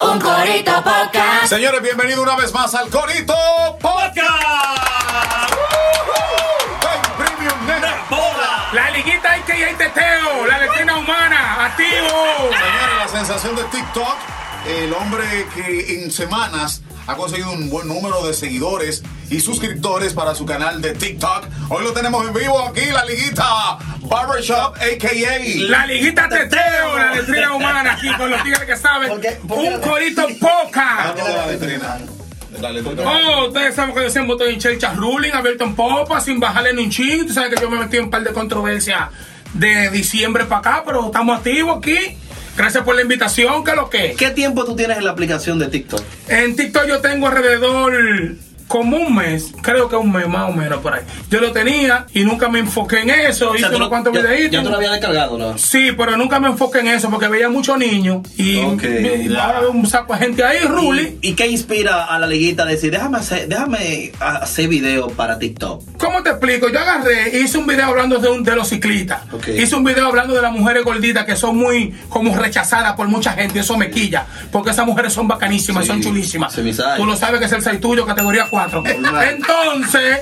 un corito podcast. Señores, bienvenido una vez más al Corito Podcast. Con Premium Net. La liguita IK y teteo, la letrina humana, activo. Señores, la sensación de TikTok, el hombre que en semanas ha conseguido un buen número de seguidores y suscriptores para su canal de TikTok. Hoy lo tenemos en vivo aquí, la liguita Barbershop, a.k.a. La liguita teteo, la letrina humana, aquí con los tigres que saben. ¿Por qué? ¿Por qué? Un corito poca. Hablando de la letrina. De la letrina. Oh, ustedes saben que yo siempre estoy en chelcha ruling, abierto en popa, sin bajarle ni un chin. Tú sabes que yo me metí en un par de controversias de diciembre para acá, pero estamos activos aquí. Gracias por la invitación, que lo que. ¿Qué tiempo tú tienes en la aplicación de TikTok? En TikTok yo tengo alrededor como un mes, creo que un mes más o menos por ahí. Yo lo tenía y nunca me enfoqué en eso, hice tú unos lo- cuantos ya- videitos. Ya tú lo habías descargado, ¿no? Sí, pero nunca me enfoqué en eso porque veía muchos niños y Ok, me- ya. ahora veo un saco de gente ahí, Ruli. ¿Y qué inspira a la liguita a decir, déjame hacer, déjame hacer video para TikTok? ¿Cómo te explico? Yo agarré, hice un video hablando de, un, de los ciclistas. Ok. Hice un video hablando de las mujeres gorditas que son muy como rechazadas por mucha gente. Eso me quilla. Porque esas mujeres son bacanísimas, Sí, son chulísimas. se me sale. Tú lo sabes que es el 6 tuyo, categoría 4. Normal. Entonces,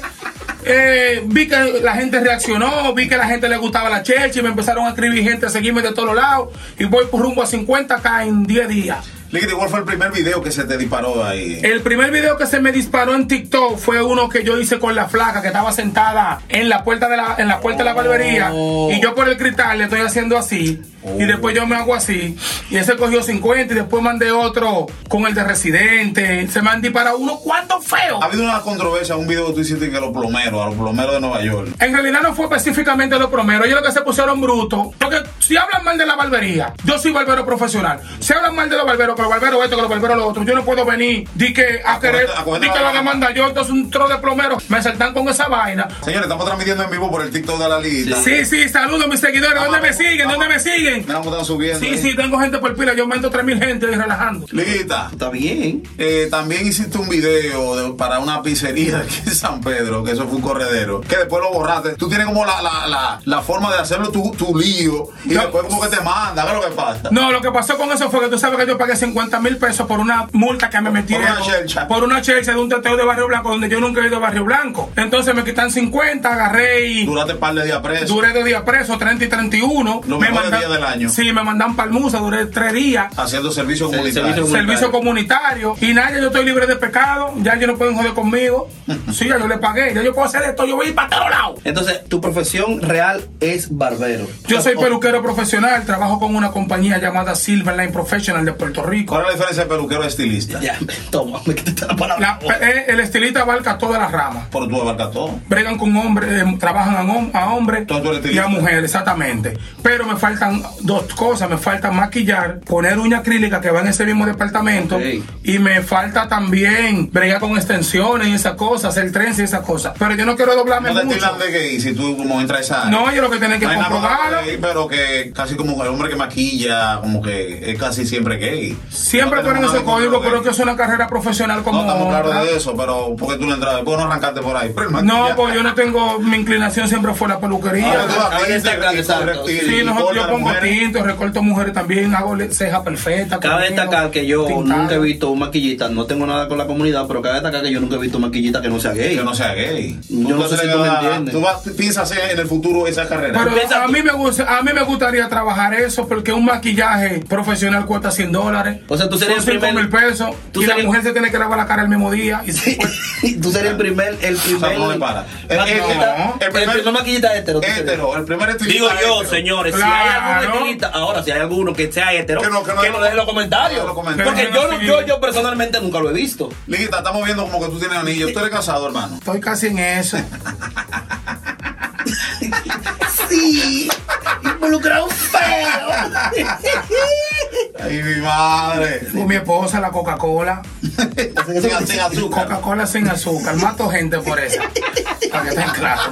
eh, vi que la gente reaccionó, vi que la gente le gustaba la church y me empezaron a escribir gente a seguirme de todos lados. Y voy por rumbo a 50k en 10 días. Liguita, ¿cuál fue el primer video que se te disparó ahí? El primer video que se me disparó en TikTok fue uno que yo hice con la flaca que estaba sentada en la puerta de la, en la, puerta de la barbería Oh. y yo por el cristal le estoy haciendo así y después yo me hago así y ese cogió 50 y después mandé otro con el de residente. Se me han disparado unos cuantos feos. Ha habido una controversia, un video que tú hiciste que a los plomeros, a los plomeros de Nueva York. En realidad no fue específicamente los plomeros, ellos lo que se pusieron brutos. Porque si hablan mal de la barbería, yo soy barbero profesional. Si hablan mal de los barberos, que los barberos esto, que los barberos lo otro, yo no puedo venir di que a querer, Acogerte- acogerte di que la la vaina. demanda yo, entonces un tro de plomeros, me saltan con esa vaina. Señores, estamos transmitiendo en vivo por el TikTok de la Liguita. Sí, sí, saludos mis seguidores, ¿dónde me siguen? ¿Dónde me siguen? Mira cómo están subiendo. Sí, eh. sí, tengo gente por pila, yo mando 3.000 gente y relajando. Liguita, Está bien. eh, también hiciste un video de- para una pizzería aquí en San Pedro, que eso fue un corredero, que después lo borraste. Tú tienes como la, la, la, la forma de hacerlo tu, tu lío y No. después como que te manda, ¿qué es lo que pasa? No, lo que pasó con eso fue que tú sabes que yo pagué 50 mil pesos por una multa que me metieron. una chelcha. Por una chelcha de un teteo de Barrio Blanco, donde yo nunca he ido a Barrio Blanco. Entonces me quitan 50, agarré y Duraste un par de días preso. duré dos días preso, 30 y 31. Los me mejores mandan- días del año. Ah, Sí, me mandan palmusa, duré tres días. Haciendo servicio Sí, comunitario. servicio comunitario. Servicio comunitario. Y nada, ya yo estoy libre de pecado. Ya yo no pueden joder conmigo. Sí, ya yo le pagué. Ya yo puedo hacer esto. Yo voy a ir para todos lados. Entonces, tu profesión real es barbero. Oh, Yo soy peluquero profesional. Trabajo con una compañía llamada Silverline Professional de Puerto Rico. ¿Cuál es la diferencia de peluquero a estilista? Ya, toma, me quitaste la La- palabra. eh, el estilista abarca todas las ramas. Por tu abarcatón. bregan con hombres, eh, trabajan a, hom- a hombres Todo el y a estilista. mujeres, exactamente. Pero me faltan dos cosas, me falta maquillar, poner uña acrílica que va en ese mismo departamento Ok. y me falta también bregar con extensiones y esas cosas, hacer trenza y esas cosas. Pero yo no quiero doblarme No te estoy mucho. hablando de gay, si tú como entras a esa área. No, yo lo que tienen que No hay nada comprobarlo. más gay, pero que casi como el hombre que maquilla, como que es casi siempre gay. Siempre No ponen tenemos nada ese en código, contra de pero que es una carrera profesional No como estamos otra. claros de eso, pero ¿por qué tú no entraste? ¿Por qué no arrancaste por ahí? Pero el No, maquillaje- pues yo no tengo, mi inclinación siempre fue la Ahora peluquería. tú vas Ahora a está Twitter, claro, exacto. correctil, Sí, no, corta yo las pongo mujeres. tinto, recorto mujeres también, hago le- ceja perfecta. Cabe corrido, destacar que yo tintado. nunca he visto un maquillista, no tengo nada con la comunidad, pero cabe destacar que yo nunca he visto un maquillista que no sea gay. Que no sea gay. Yo Tú no sé te si le tú me vas- entiendes. Tú vas- piensas hacer en el futuro esa carrera. Pero Empieza a tú. mí, me gusta, a mí me gustaría trabajar eso porque un maquillaje profesional cuesta 100 dólares. O sea, tú serías Son el 5 mil primer- pesos. tú y la serías- mujer se tiene que lavar la cara el mismo día. Y se- Tú serías el primer, el O sea, primer. no le para. El, el- maquillista- el- el primer, el primer maquillista hetero. tú serías. hétero, Este, el primer este, estilista Digo yo, hétero. señores, si hay Claro. algún estilista, ahora si hay alguno que sea hetero, Que que, no, que no- lo deje en los comentarios. Que no lo comente. Porque Que no yo, lo no- yo, sigue. yo personalmente nunca lo he visto. Liguita, estamos viendo como que tú tienes anillo. Tú eres casado, hermano. Estoy casi en eso. Sí, involucrado feo. Ay, mi madre. Con mi esposa, la Coca-Cola. Sin- sin azúcar. Coca-Cola sin azúcar. Mato gente por eso. Para que estén claros.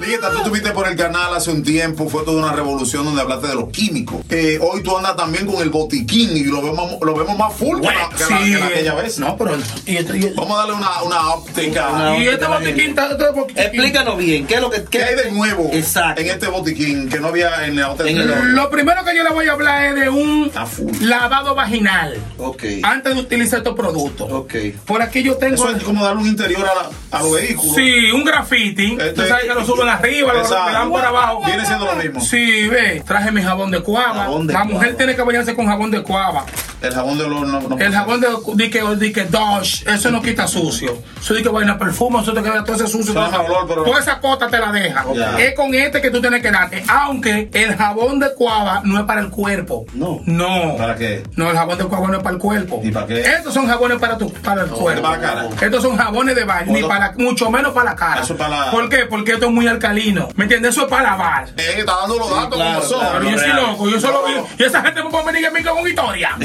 Liguita, tú estuviste por el canal hace un tiempo, fue toda una revolución donde hablaste de los químicos. Eh, hoy tú andas también con el botiquín y lo vemos, lo vemos más full que la- que, la- Sí, que la aquella vez. No, pero. y esto- y- Vamos a darle una, una óptica. Una- Y este botiquín está. este botiquín- Explícanos bien, ¿qué es lo que ¿Qué hay de nuevo Exacto. en este botiquín que no había en la otra En el- entrega? Lo primero que yo le voy a hablar es de un Está full. lavado vaginal Ok. antes de utilizar estos productos. Ok. Por aquí yo tengo. Ah. Eso es como darle un interior a, la- a los vehículos. Sí, un graffiti. Tú Este- sabes que lo suben arriba, lo, lo Exacto. dan por abajo. Viene siendo lo mismo. Sí, ve. Traje mi jabón de cuava. Jabón de la cuava. mujer tiene que bañarse con jabón de cuava. El jabón de los. No, pues, no- El jabón de di que, di que Dodge, eso no quita sucio. Eso di que vaina perfume, eso te queda todo ese sucio. Suena todo ese- olor, pero- Toda esa cota te la deja. Ya. Es con este que tú tienes que darte. Aunque el jabón de cuava no es para el cuerpo. No. No. ¿Para qué? No, el jabón de cuava no es para el cuerpo. ¿Y para qué? Estos son jabones para tu para el cuerpo. para la cara. Estos son jabones de baño, ni Bueno. para, mucho menos para la cara. Eso es para la- ¿Por qué? Porque esto es muy alcalino. ¿Me entiendes? Eso es para lavar. Eh, está dando los datos claro, como son. claro. Pero yo soy real. loco, yo solo. Y esa gente me puede venir a mí con historia.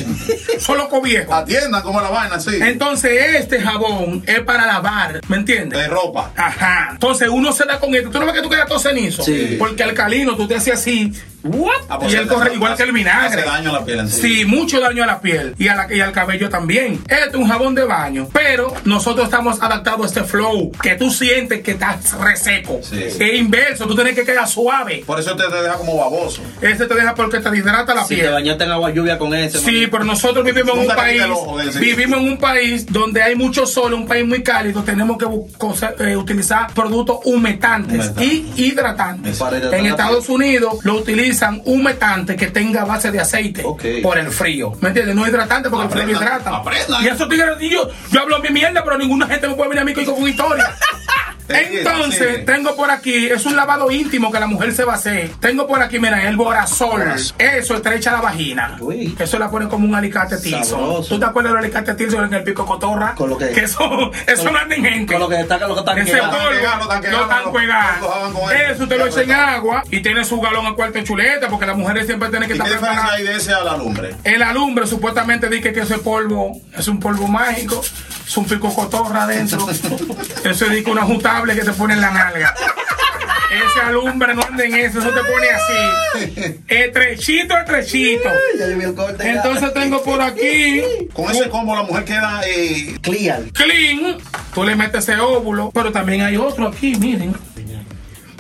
Son locos viejos. Atiendan como la vaina, sí. Entonces, este jabón es para lavar, ¿me entiendes? De ropa. Ajá. Entonces, uno se da con esto. ¿Tú no ves que tú quedas todo cenizo? Sí. Porque alcalino, tú te haces así. ¡guap! Ah, pues y hace- él corre igual hace- que el vinagre. Hace daño a la piel en Sí, mucho daño a la piel y, a la, y al cabello también. Este es un jabón de baño, pero nosotros estamos adaptados a este flow que tú sientes que estás reseco. Sí. Es inverso, tú tienes que quedar suave. Por eso te, te deja como baboso. Este te deja porque te hidrata la Si te piel. bañaste en agua lluvia con ese. Sí, pero nosotros vivimos en un Nunca país, quita el ojo de ese. vivimos en un país donde hay mucho sol, un país muy cálido, tenemos que bu- cosa- eh, utilizar productos humectantes y Humectantes. hidratantes. Para hidratar En la Estados Unidos lo utilizan humectante que tenga base de aceite Ok. por el frío, ¿me entiendes? No hidratante porque el frío Aprendan, hidrata. aprendan. Y esos tigres, y yo, yo hablo mi mierda, pero ninguna gente me puede venir a mí con con historia. Entonces, Sí, sí. tengo por aquí, es un lavado íntimo que la mujer se va a hacer. Tengo por aquí, mira, el borazol. Eso estrecha la vagina. Uy. Eso la pone como un alicate tizo. Sabroso. ¿Tú te acuerdas del alicate tizo en el pico cotorra? Con lo que- eso, eso con- no anda en gente. con lo que destaca lo que están Ese quedando. polvo, Están quedando, están quedando, lo están lo- pegando. lo cojaban con eso. Eso te lo Ya, echa en pues, está. agua y tiene su galón a cuarto de chuleta porque las mujeres siempre tienen que ¿Y qué estar preparadas. diferencia hay de ese a la lumbre? El alumbre supuestamente dice que ese polvo es un polvo mágico, es un pico cotorra adentro. Eso es dice un ajustable que te pone en la nalga. Ese alumbre no anda en eso, eso te pone así. Estrechito, estrechito. Ya yo vi el corte. ya. Entonces tengo por aquí Con Uh. ese combo la mujer queda. eh, Clear. clean. Tú le metes ese óvulo, pero también hay otro aquí, miren.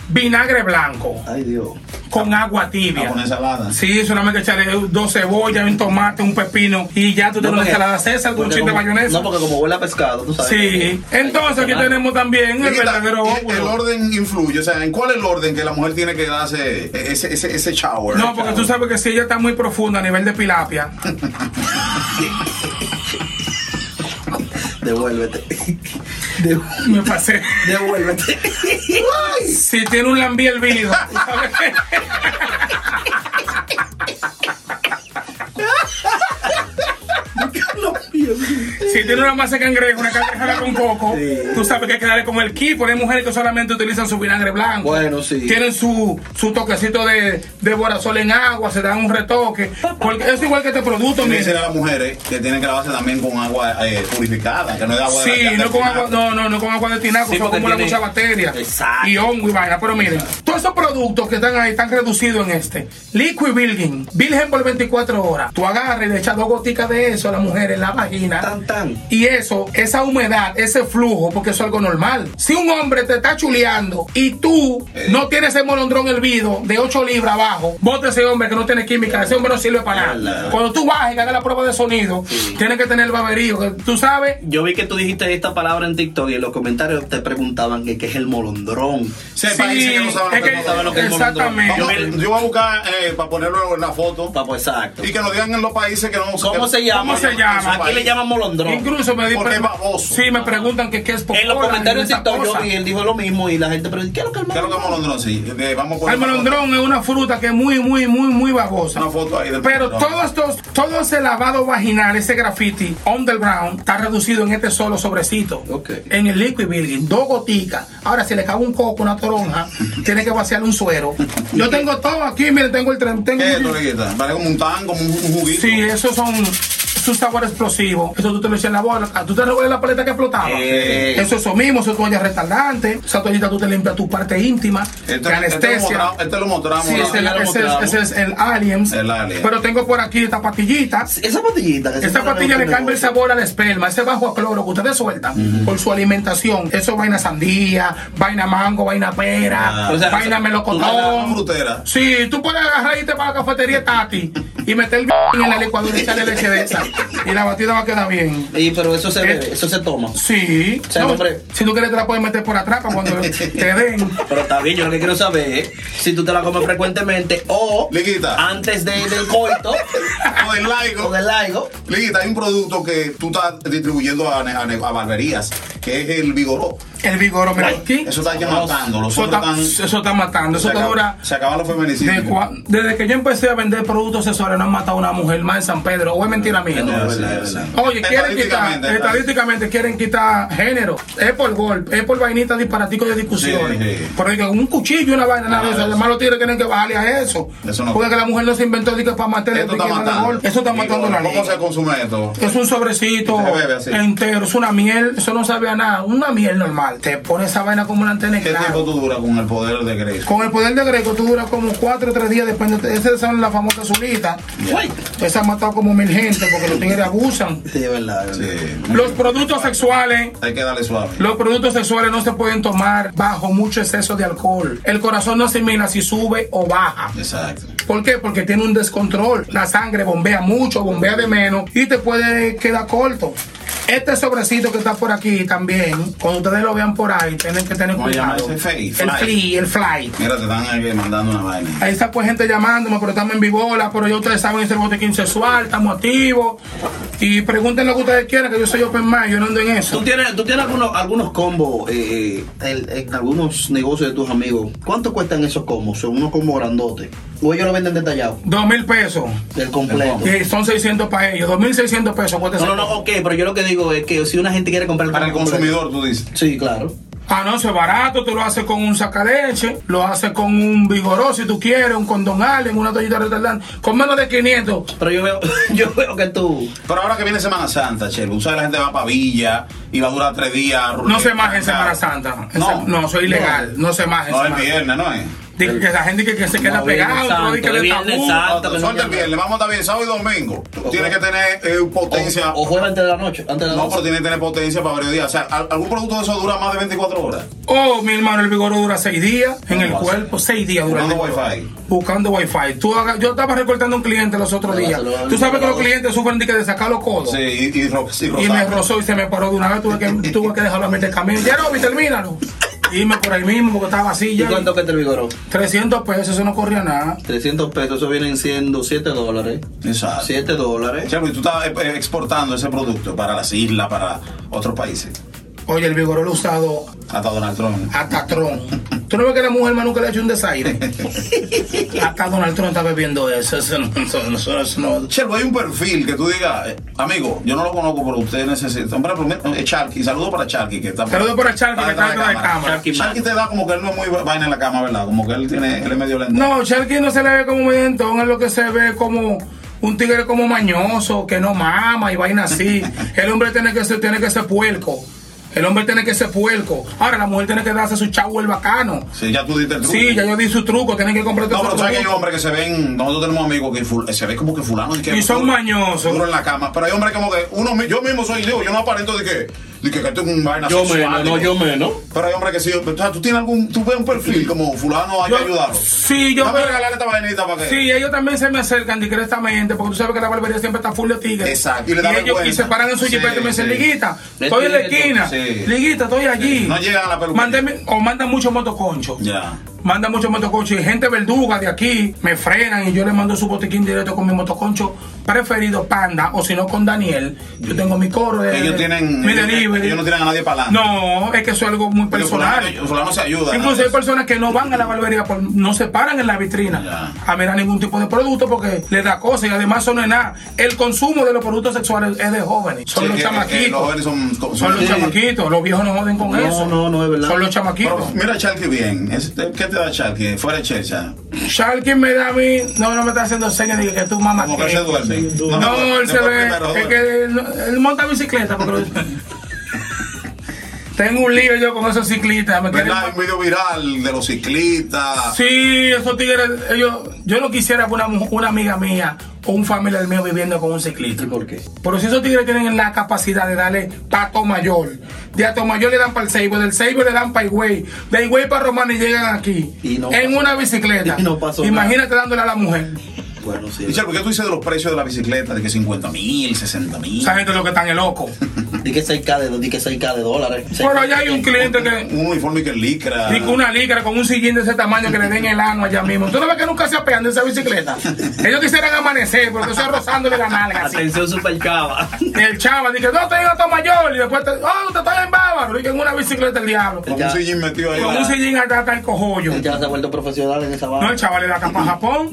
Vinagre blanco Ay, Dios. con agua tibia. con ensalada. Sí, solamente echarle dos cebollas, un tomate, un pepino y ya tú tienes una porque- ensalada César con porque chiste de como- mayonesa. No, porque como huele a pescado, tú sabes. Sí, entonces aquí tenemos también el Mira, verdadero y eh, El óvulo. orden influye, o sea, ¿en cuál es el orden que la mujer tiene que darse ese, ese, ese shower? No, porque tú sabes que si ella está muy profunda a nivel de pilapia, Devuélvete. Devu- me pasé. Devuélvete. Si tiene un lambí hervido, ¿sabes qué? si tiene una masa de cangrejo, una cangrejada con coco, Sí. tú sabes que hay que darle con el ki, porque hay mujeres que solamente utilizan su vinagre blanco. Bueno, sí. Tienen su, su toquecito de, de borazol en agua, se dan un retoque. Porque es igual que este producto, Tiene que ser mire. a las mujeres que tienen que lavarse también con agua eh, purificada, que no es agua de la Sí, que anda no con al agua, final. no, no, no con agua de tinaco, Sí, eso porque acumula tiene- mucha bacteria Exacto. y hongo y vaina. Pero miren, todos esos productos que están ahí están reducidos en este. Liquid Virgin, virgen por 24 horas. Tú agarras y le echas dos goticas de eso a la mujer en la vagina. Tan, tan. Y eso, esa humedad, ese flujo, porque eso es algo normal. Si un hombre te está chuleando y tú Eh. no tienes ese molondrón hervido de 8 libras abajo, bota ese hombre que no tiene química, ese hombre no sirve para nada. Ala. Cuando tú bajes y hagas la prueba de sonido, tienes que tener el baberío, que tú sabes. Yo vi que tú dijiste esta palabra en TikTok y en los comentarios te preguntaban que qué es el molondrón. Sí, hay países que no saben es lo que que- no saben lo que es exactamente. Vamos, yo voy a buscar eh, para ponerlo en la foto Papo, exacto. y que nos digan en los países que no ¿Cómo que- se llama? ¿Cómo se llama? Aquí le llaman molondrón. Incluso me di Porque es baboso. Sí, me preguntan que qué es en los popola, comentarios en esa TikTok yo cosa. vi, él dijo lo mismo y la gente preguntó, ¿qué es lo que el ¿Qué es lo que es molondrón? molondrón? Sí, de- vamos a poner El una melondrón es una fruta que es muy, muy, muy, muy babosa. Una foto ahí del Pero melondrón. todo, estos, todo ese lavado vaginal, ese graffiti underground, está reducido en este solo sobrecito. Ok. En el liquid virgin, dos goticas. Ahora, si le cago un coco, una toronja, tiene que vaciar un suero. Yo tengo todo aquí, miren, tengo el tren. Tengo ¿Qué es, Torreguita? Vale como un tan, como un, un juguito. Sí, esos son sus sabores explosivos. Eso tú te lo echas en la boca. Tú te revuelves la paleta que explotaba. Eh. Eso es eso mismo. Eso es toalla retardante. Esa toallita tú te limpias tu parte íntima. Este, te este lo anestesia. mostramos, este lo mostramos Sí, la- ese, es el- ya lo ese es- mostramos. ese es el Aliens. El Alien. Pero tengo por aquí esta pastillita. Esa patillita. que siempre Esta la pastilla veo le en cambia el negocio. sabor al esperma, ese bajo a cloro que ustedes sueltan por su alimentación. Eso es vaina sandía, vaina mango, vaina pera, Ah. O sea, vaina la- tú- la melocotón. frutera. Sí, tú puedes agarrar y irte para la cafetería Tati y meter el en la licuadora y echarle leche de esa. Y la batida va a quedar bien. Y, pero eso se bebe, eso se toma. Sí. O sea, No, hombre. si tú quieres te la puedes meter por atrás para cuando te den. Pero está bien, yo lo que quiero saber es si tú te la comes frecuentemente o Liguita. antes de- del coito O del laico. o del laigo. Liguita, hay un producto que tú estás distribuyendo a, ne- a ne- a barberías, que es el vigoró. El vigor, mira, aquí. Eso está ya matándolo. Eso Eso Pues está, están- eso está matando. se, Eso te acaba- dura. se acaban los feminicidios. de cua- desde que yo empecé a vender productos sexuales, no han matado a una mujer más en San Pedro. O es mentira mía. No, es verdad, es verdad. Oye, quieren quitar, Estadísticamente, estadísticamente quieren quitar género. Es por golpe, es por vainita disparatico de discusiones. Sí, sí. Pero digo, un cuchillo, una vaina, nada de eso. Nada de Además, los tigres tienen que bajarle a eso. Eso no. Porque que la mujer no se inventó digo, para matar Esto está digo, de matando. golpe. Eso está Vigoró, matando la ¿Cómo ley. se consume esto? Es un sobrecito Se bebe así. entero, es una miel, eso no sabe a nada, una miel normal. Te pones esa vaina como una antena ¿Qué tiempo tú duras con el poder de Grace? Con el poder de Greco tú duras como 4 o 3 días, depende. Esas son las famosas zulitas. Uy. Esa ha matado como mil gente porque los tigres abusan. Sí, es verdad. es Sí. verdad. Los productos sexuales. Hay que darle suave. Los productos sexuales no se pueden tomar bajo mucho exceso de alcohol. El corazón no asimila si sube o baja. Exacto. ¿Por qué? Porque tiene un descontrol. La sangre bombea mucho, bombea de menos y te puede quedar corto. Este sobrecito que está por aquí también, cuando ustedes lo vean por ahí, tienen que tener ¿Cómo se llama cuidado. ese? Fly, El fly. fly, el fly. Mira, te están aquí mandando una vaina. Ahí está pues gente llamándome, pero estamos en vivola, pero ya ustedes saben, es el botequín sexual, estamos activos. Y pregunten lo que ustedes quieran, que yo soy open mind, yo no ando en ¿Tú eso. tienes, tú tienes algunos, algunos combos eh, en, en algunos negocios de tus amigos. ¿Cuánto cuestan esos combos? Son unos combos grandotes. O ellos lo venden detallado, Dos mil pesos. del completo. Y son 600 para ellos, 2.600 pesos pues, cuesta No, ese no, no, combo. ok, pero yo lo que digo es que si una gente quiere comprar el Para el combo consumidor, tú dices. completo- Sí, claro. Ah, no, eso es barato, tú lo haces con un sacaleche, lo haces con un vigoroso si tú quieres, un condón Allen, una toallita retardante, con menos de 500. Pero yo veo, yo veo que tú. Pero ahora que viene Semana Santa, Chelo, ¿sabes? La gente va para Villa y va a durar tres días. No se maja en Semana Santa. En No. Sem- no, eso es ilegal, no, se maja en No, el Semana Santa. viernes, ¿no es? Dice que la gente que, que se queda No, Viernes pegado, Santo, otro dice que le Viernes tabú. Santo. Suelta suelta el viernes, vamos a estar bien sábado y domingo. Tú Ok. tienes que tener eh, potencia. O, o jueves antes de la noche. Antes de la No, noche. pero tienes que tener potencia para varios días. O sea, ¿al- algún producto de eso dura más de 24 horas. Oh, mi hermano, el vigor dura seis días en el ¿Cómo va a cuerpo, seis días durante. Usando Wi-Fi. Buscando wifi. Tú haga- yo estaba recortando a un cliente los otros Te va a días. saludar Tú el sabes que los operador. clientes sufren de que de sacar los codos. Sí, y, y, ro- sí, Y me rozando. rozó y se me paró de una vez. Tuve que, tuve que dejarlo a meter camino. Ya no, termínalo. Dime por ahí mismo porque estaba así ¿Y ya. cuánto que te vigoró? 300 pesos, eso no corría nada. 300 pesos, eso vienen siendo 7 dólares. Exacto. 7 dólares. Chelo, y tú estás eh, eh, exportando ese producto para las islas, para otros países. Oye, el vigor lo he usado Hasta Donald Trump. hasta Tron. ¿Tú no ves que la mujer más nunca le ha hecho un desaire? hasta Donald Trump está bebiendo eso. Eso no, eso no- eso no- Chelo, hay un perfil que tú digas, eh, amigo, yo no lo conozco, pero usted necesita. Hombre, primero, eh, Charqui, saludo para Charqui, que está. Saludo para Charqui, que está detrás de cámara. Charqui, Charqui te da como que él no es muy vaina en la cama, ¿verdad? Como que él tiene, él es medio lento. No, Cherky no se le ve como medio entón, es lo que se ve como un tigre como mañoso, que no mama y vaina así. El hombre tiene que ser, tiene que ser puerco. El hombre tiene que ser puerco. Ahora la mujer tiene que darse su chavo el bacano. Sí, ya tú diste el truco. Sí, ya yo di su truco, tienen que comprar No, todo pero su sabes que hay truco. hombres que se ven, nosotros tenemos amigos que ful- se ve como que fulano que Y son duro- mañosos. Duro en la cama, pero hay hombres como que uno, mi- yo mismo soy yo, yo no aparento de que, de que, que tengo un vaina sexual, digo. menos. Pero hay hombres que sí, o sea, tú tienes algún, tú ves un perfil como fulano, hay Yo- que ayudarlo. sí, yo- Dame regalarle esta vainita para que. Sí, ellos también se me acercan discretamente, porque tú sabes que la barbería siempre está full de tigres. Exacto, y le da ellos- vergüenza. se paran en su Sí, jipete y me dicen, sí. Liguita, Vete estoy en la directo, esquina. sí. Liguita, estoy allí. No llegan a la peluquería. Mándeme- o mandan muchos motoconchos. Ya. Manda muchos motoconchos y gente verduga de aquí me frenan y yo les mando su botiquín directo con mi motoconcho preferido, Panda, o si no con Daniel. Yo tengo mi coro de. Ellos tienen. mi ellos, delivery. ellos no tienen a nadie para adelante. No, es que eso es algo muy Porque personal. pues, Fulano, fulano se ayuda. Incluso hay ¿no? personas que no van a la barbería, por- no se paran en la vitrina Ya. a mirar ningún tipo de producto porque les da cosas y además eso no es nada. El consumo de los productos sexuales es de jóvenes, son Sí, los que- que Los chamaquitos. jóvenes son. son- Son los Sí. chamaquitos, los viejos no joden con No, eso. no, no, es verdad. Son los Pero chamaquitos. mira, Charqui, bien. Este, ¿Qué te da Charqui? Fuera de checha. Sharky me da a mí, no, no me está haciendo señas de que tú mamá Como que se duerme. No, él se ve, eh, es que él, él monta bicicleta. Porque tengo un lío yo con esos ciclistas. Me quieren ¿Verdad? Hay Un video viral de los ciclistas. Sí, esos tigres, ellos, yo no quisiera que una, mu- una amiga mía o un familiar mío viviendo con un ciclista. ¿Y por qué? Pero si esos tigres tienen la capacidad de darle pato mayor, de ato mayor le dan para el Seibo, del Seibo le dan para Higüey, de Higüey para Román y llegan aquí Y no en pasó- una bicicleta. y no pasó Imagínate dándole a la mujer. Bueno, sí. Richard, ¿por qué tú dices de los precios de la bicicleta? De que 50 mil, 60 mil. Esa gente es lo que están el loco. Di que 6K de, di que 6K de dólares. Pero allá hay un cliente que. Un uniforme que licra. Dice una ligra con un sillín de ese tamaño que le den el ano allá mismo. ¿Tú no ves que nunca se apean de esa bicicleta? Ellos quisieran amanecer, pero tú estás rozándole la nalga así. Atención, supercava. El chaval dice, no, te digo hasta mayor. Y después, te, oh, te estoy en bávaro. Y que en una bicicleta el diablo. Con Ya. un sillín metido ahí. Con un sillín hasta, hasta el cojollo. Ya se ha vuelto profesional en esa No, barra. el chaval le da capa a Japón.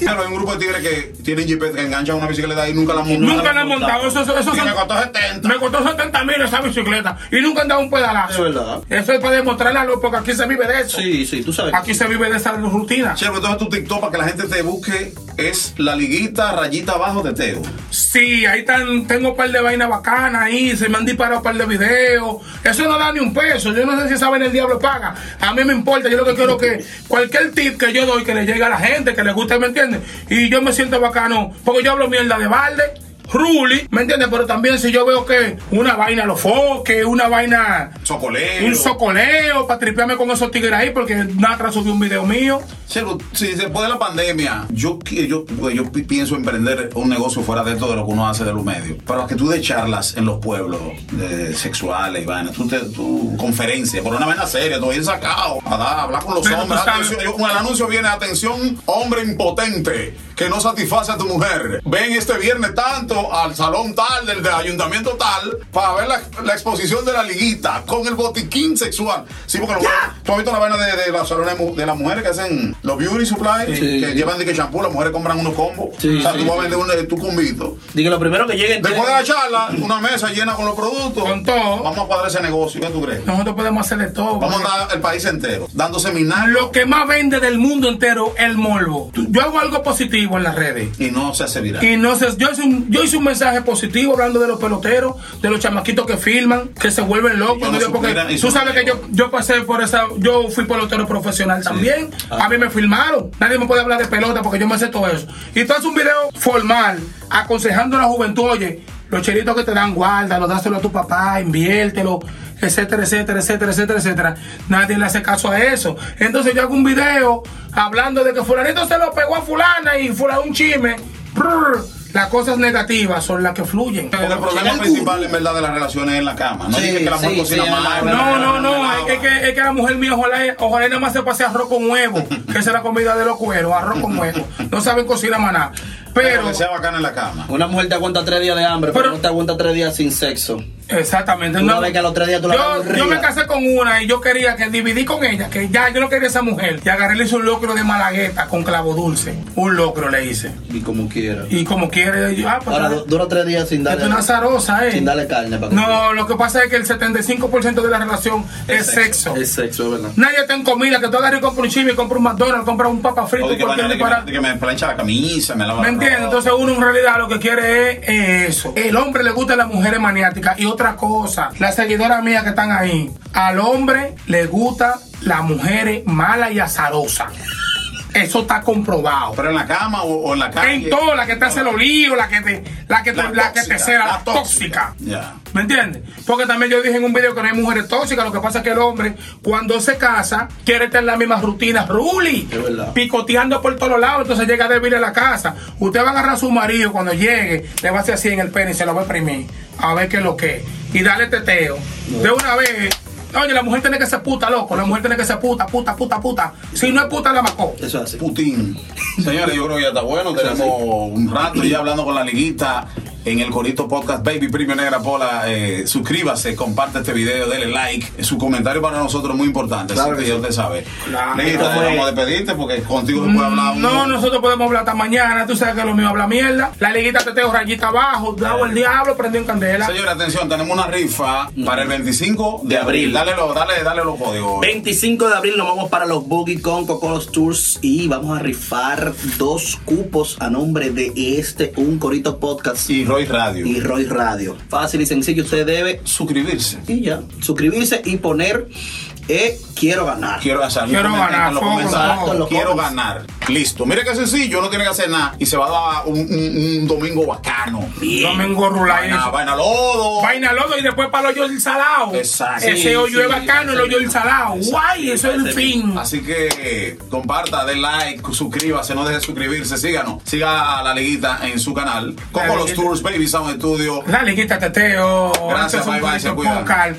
Claro, hay un grupo de tigres que tienen jeepet que enganchan una bicicleta y nunca la montan. Nunca la han montado. Eso, eso, eso Y son- me costó 70. me costó 70 mil esa bicicleta. Y nunca han dado un Es pedalazo. verdad. Eso es para demostrarle a los, porque aquí se vive de eso. Sí, sí, tú sabes. Aquí se vive de esa rutina. Che, pero entonces tu TikTok para que la gente te busque es la liguita rayita abajo de Teo. Sí, ahí están, tengo un par de vainas bacanas ahí, se me han disparado un par de videos. Eso no da ni un peso. Yo no sé si saben el diablo paga. A mí me importa. Yo lo que quiero que cualquier tip que yo doy que le llegue a la gente, que le guste, ¿me entiendes? Y yo me siento bacano, porque yo hablo mierda de balde. Ruli, ¿me entiendes? Pero también si yo veo que una vaina lo foque, una vaina, Socolero. un socoleo, para tripearme con esos tigres ahí, porque Natra subió un video mío. Che, pero si después de la pandemia, yo, qui- yo, pues, yo pi- pienso emprender un negocio fuera de esto de lo que uno hace de los medios. Para que tú de charlas en los pueblos de- sexuales y vainas, tú, te- tú conferencias, por una vaina seria, tú vienes sacado a dar- a hablar con los Pero tú hombres. sabes- Atención, yo- el anuncio viene, atención, hombre impotente que no satisface a tu mujer. Ven este viernes tanto al salón tal, del, del ayuntamiento tal, para ver la, la exposición de la liguita con el botiquín sexual. Sí, porque lo- tú has visto la vaina de, de los salones mu- de las mujeres que hacen los beauty supply, Sí. que llevan de que champú, las mujeres compran unos combos. Sí, o sea, sí, tú vas a sí. vender un, eh, tu cumbito. Digo, lo primero que lleguen. Después de la charla, una mesa llena con los productos. Con todo. Vamos a cuadrar ese negocio, ¿qué tú crees? Nosotros podemos hacer de todo. Vamos a andar el país entero, dando seminarios Lo que más vende del mundo entero es el morbo. Tú- Yo hago algo positivo en las redes. y no se hace viral. Y no sé, yo hice, un, yo hice un mensaje positivo hablando de los peloteros, de los chamaquitos que filman, que se vuelven locos. Y no Yo- porque supieran, y tú sabes que yo, supieron. yo pasé por esa, yo fui pelotero profesional también. A mí me filmaron. Nadie me puede hablar de pelota porque yo me sé todo eso. Y tú haces un video formal aconsejando a la juventud, oye, los chelitos que te dan, guárdalo, dáselo a tu papá, inviértelo, etcétera, etcétera, etcétera, etcétera, etcétera. Nadie le hace caso a eso. Entonces yo hago un video hablando de que fulanito se lo pegó a fulana y fulano un chisme. Brr. Las cosas negativas son las que fluyen. Porque el problema principal, en verdad, de las relaciones es en la cama. No Sí, dije que la mujer sí, cocina sí, mal. la- No, no, no, es que, es que- es que la mujer mía, ojalá, ojalá y nada más se pase arroz con huevo, que esa es la comida de los cueros, arroz con huevo. No saben cocinar maná. Pero, Pero que sea bacana en la cama. Una mujer te aguanta tres días de hambre, pero, Pero- no te aguanta tres días sin sexo. exactamente. Una no. vez que a los tres días tú la yo, agarras yo me ría. casé con una y yo quería que dividí con ella, que ya yo no quería esa mujer. Y agarré, le hice un locro de malagueta con clavo dulce. Un locro le hice. Y como quiera. Y como quiere, yo, ah, pues, Ahora du- dura tres días sin es darle, una zarosa, eh. sin darle carne. Para que- No, lo que pasa es que el 75% de la relación es, sexo. Es sexo, ¿verdad? Nadie está en comida, que tú agarres y compras un chivo y compras un McDonald's, compras un papa frito, O de que, cualquier mañana de que, disparate. me, de que me plancha la camisa, me lava ¿Me la entiendes? ropa. Entonces uno en realidad lo que quiere es eh, eso. El hombre le gusta las mujeres maniáticas. Y otra cosa, las seguidoras mías que están ahí, al hombre le gusta las mujeres malas y azarosas. Eso está comprobado. Pero en la cama o, o en la calle. En todo, la que te hace los líos, la que te, la que te, la que te cera, la tóxica. Ya. ¿Me entiendes? Porque también yo dije en un video que no hay mujeres tóxicas. Lo que pasa es que el hombre, cuando se casa, quiere estar en las mismas rutinas. Ruli, Es verdad. picoteando por todos lados. Entonces llega débil a la casa. Usted va a agarrar a su marido cuando llegue, le va a hacer así en el pene y se lo va a imprimir. A ver qué es lo que es. Y dale teteo. De una vez. Oye, la mujer tiene que ser puta, loco. La mujer tiene que ser puta, puta, puta, puta. Si no es puta, la macó. Eso es así. Putin. Señores, yo creo que ya está bueno. Tenemos un rato ya hablando con la liguita en el Corito Podcast Baby Premio Negra Pola. Eh, suscríbase, comparte este video, dele like. Su comentario para nosotros es muy importante. Claro así que que ya usted sabe. Claro. Liguita, Entonces- vamos a despedirte porque contigo se puede hablar. un- Mm, No, nosotros podemos hablar hasta mañana. Tú sabes que lo mío habla mierda. La liguita teteo, rayita abajo. Dado el diablo, prendió en candela. Señores, atención, tenemos una rifa para el 25 de De abril. abril. Dale los, dale, dale los códigos. 25 de abril nos vamos para los Boogie con Cocolos Tours y vamos a rifar dos cupos a nombre de este Un Corito Podcast Y Roy Radio. y Roy Radio. Fácil y sencillo, usted debe Suscribirse. y ya, suscribirse y poner es quiero ganar. Quiero, o sea, Quiero lo comentan, ganar, lo foco, comentan, foco, lo quiero comentan. ganar. Listo. Mira qué sencillo, no tiene que hacer nada. Y se va a dar un, un- un domingo bacano. Bien. Domingo Rulay, Vaina, eso. vaina lodo. Vaina lodo y después para el hoyo del salado. Exacto. Ese Sí, hoyo sí, es bacano, el ese hoyo del mismo. salado. Guay, eso es el ese fin. Así que comparta, dé like, suscríbase, no deje de suscribirse, síganos. Siga a la liguita en su canal. Como La los Liguita. tours, Baby Sound Studio. La liguita teteo. Gracias, Este es un bye, bye, se proyecto cuidan. vocal.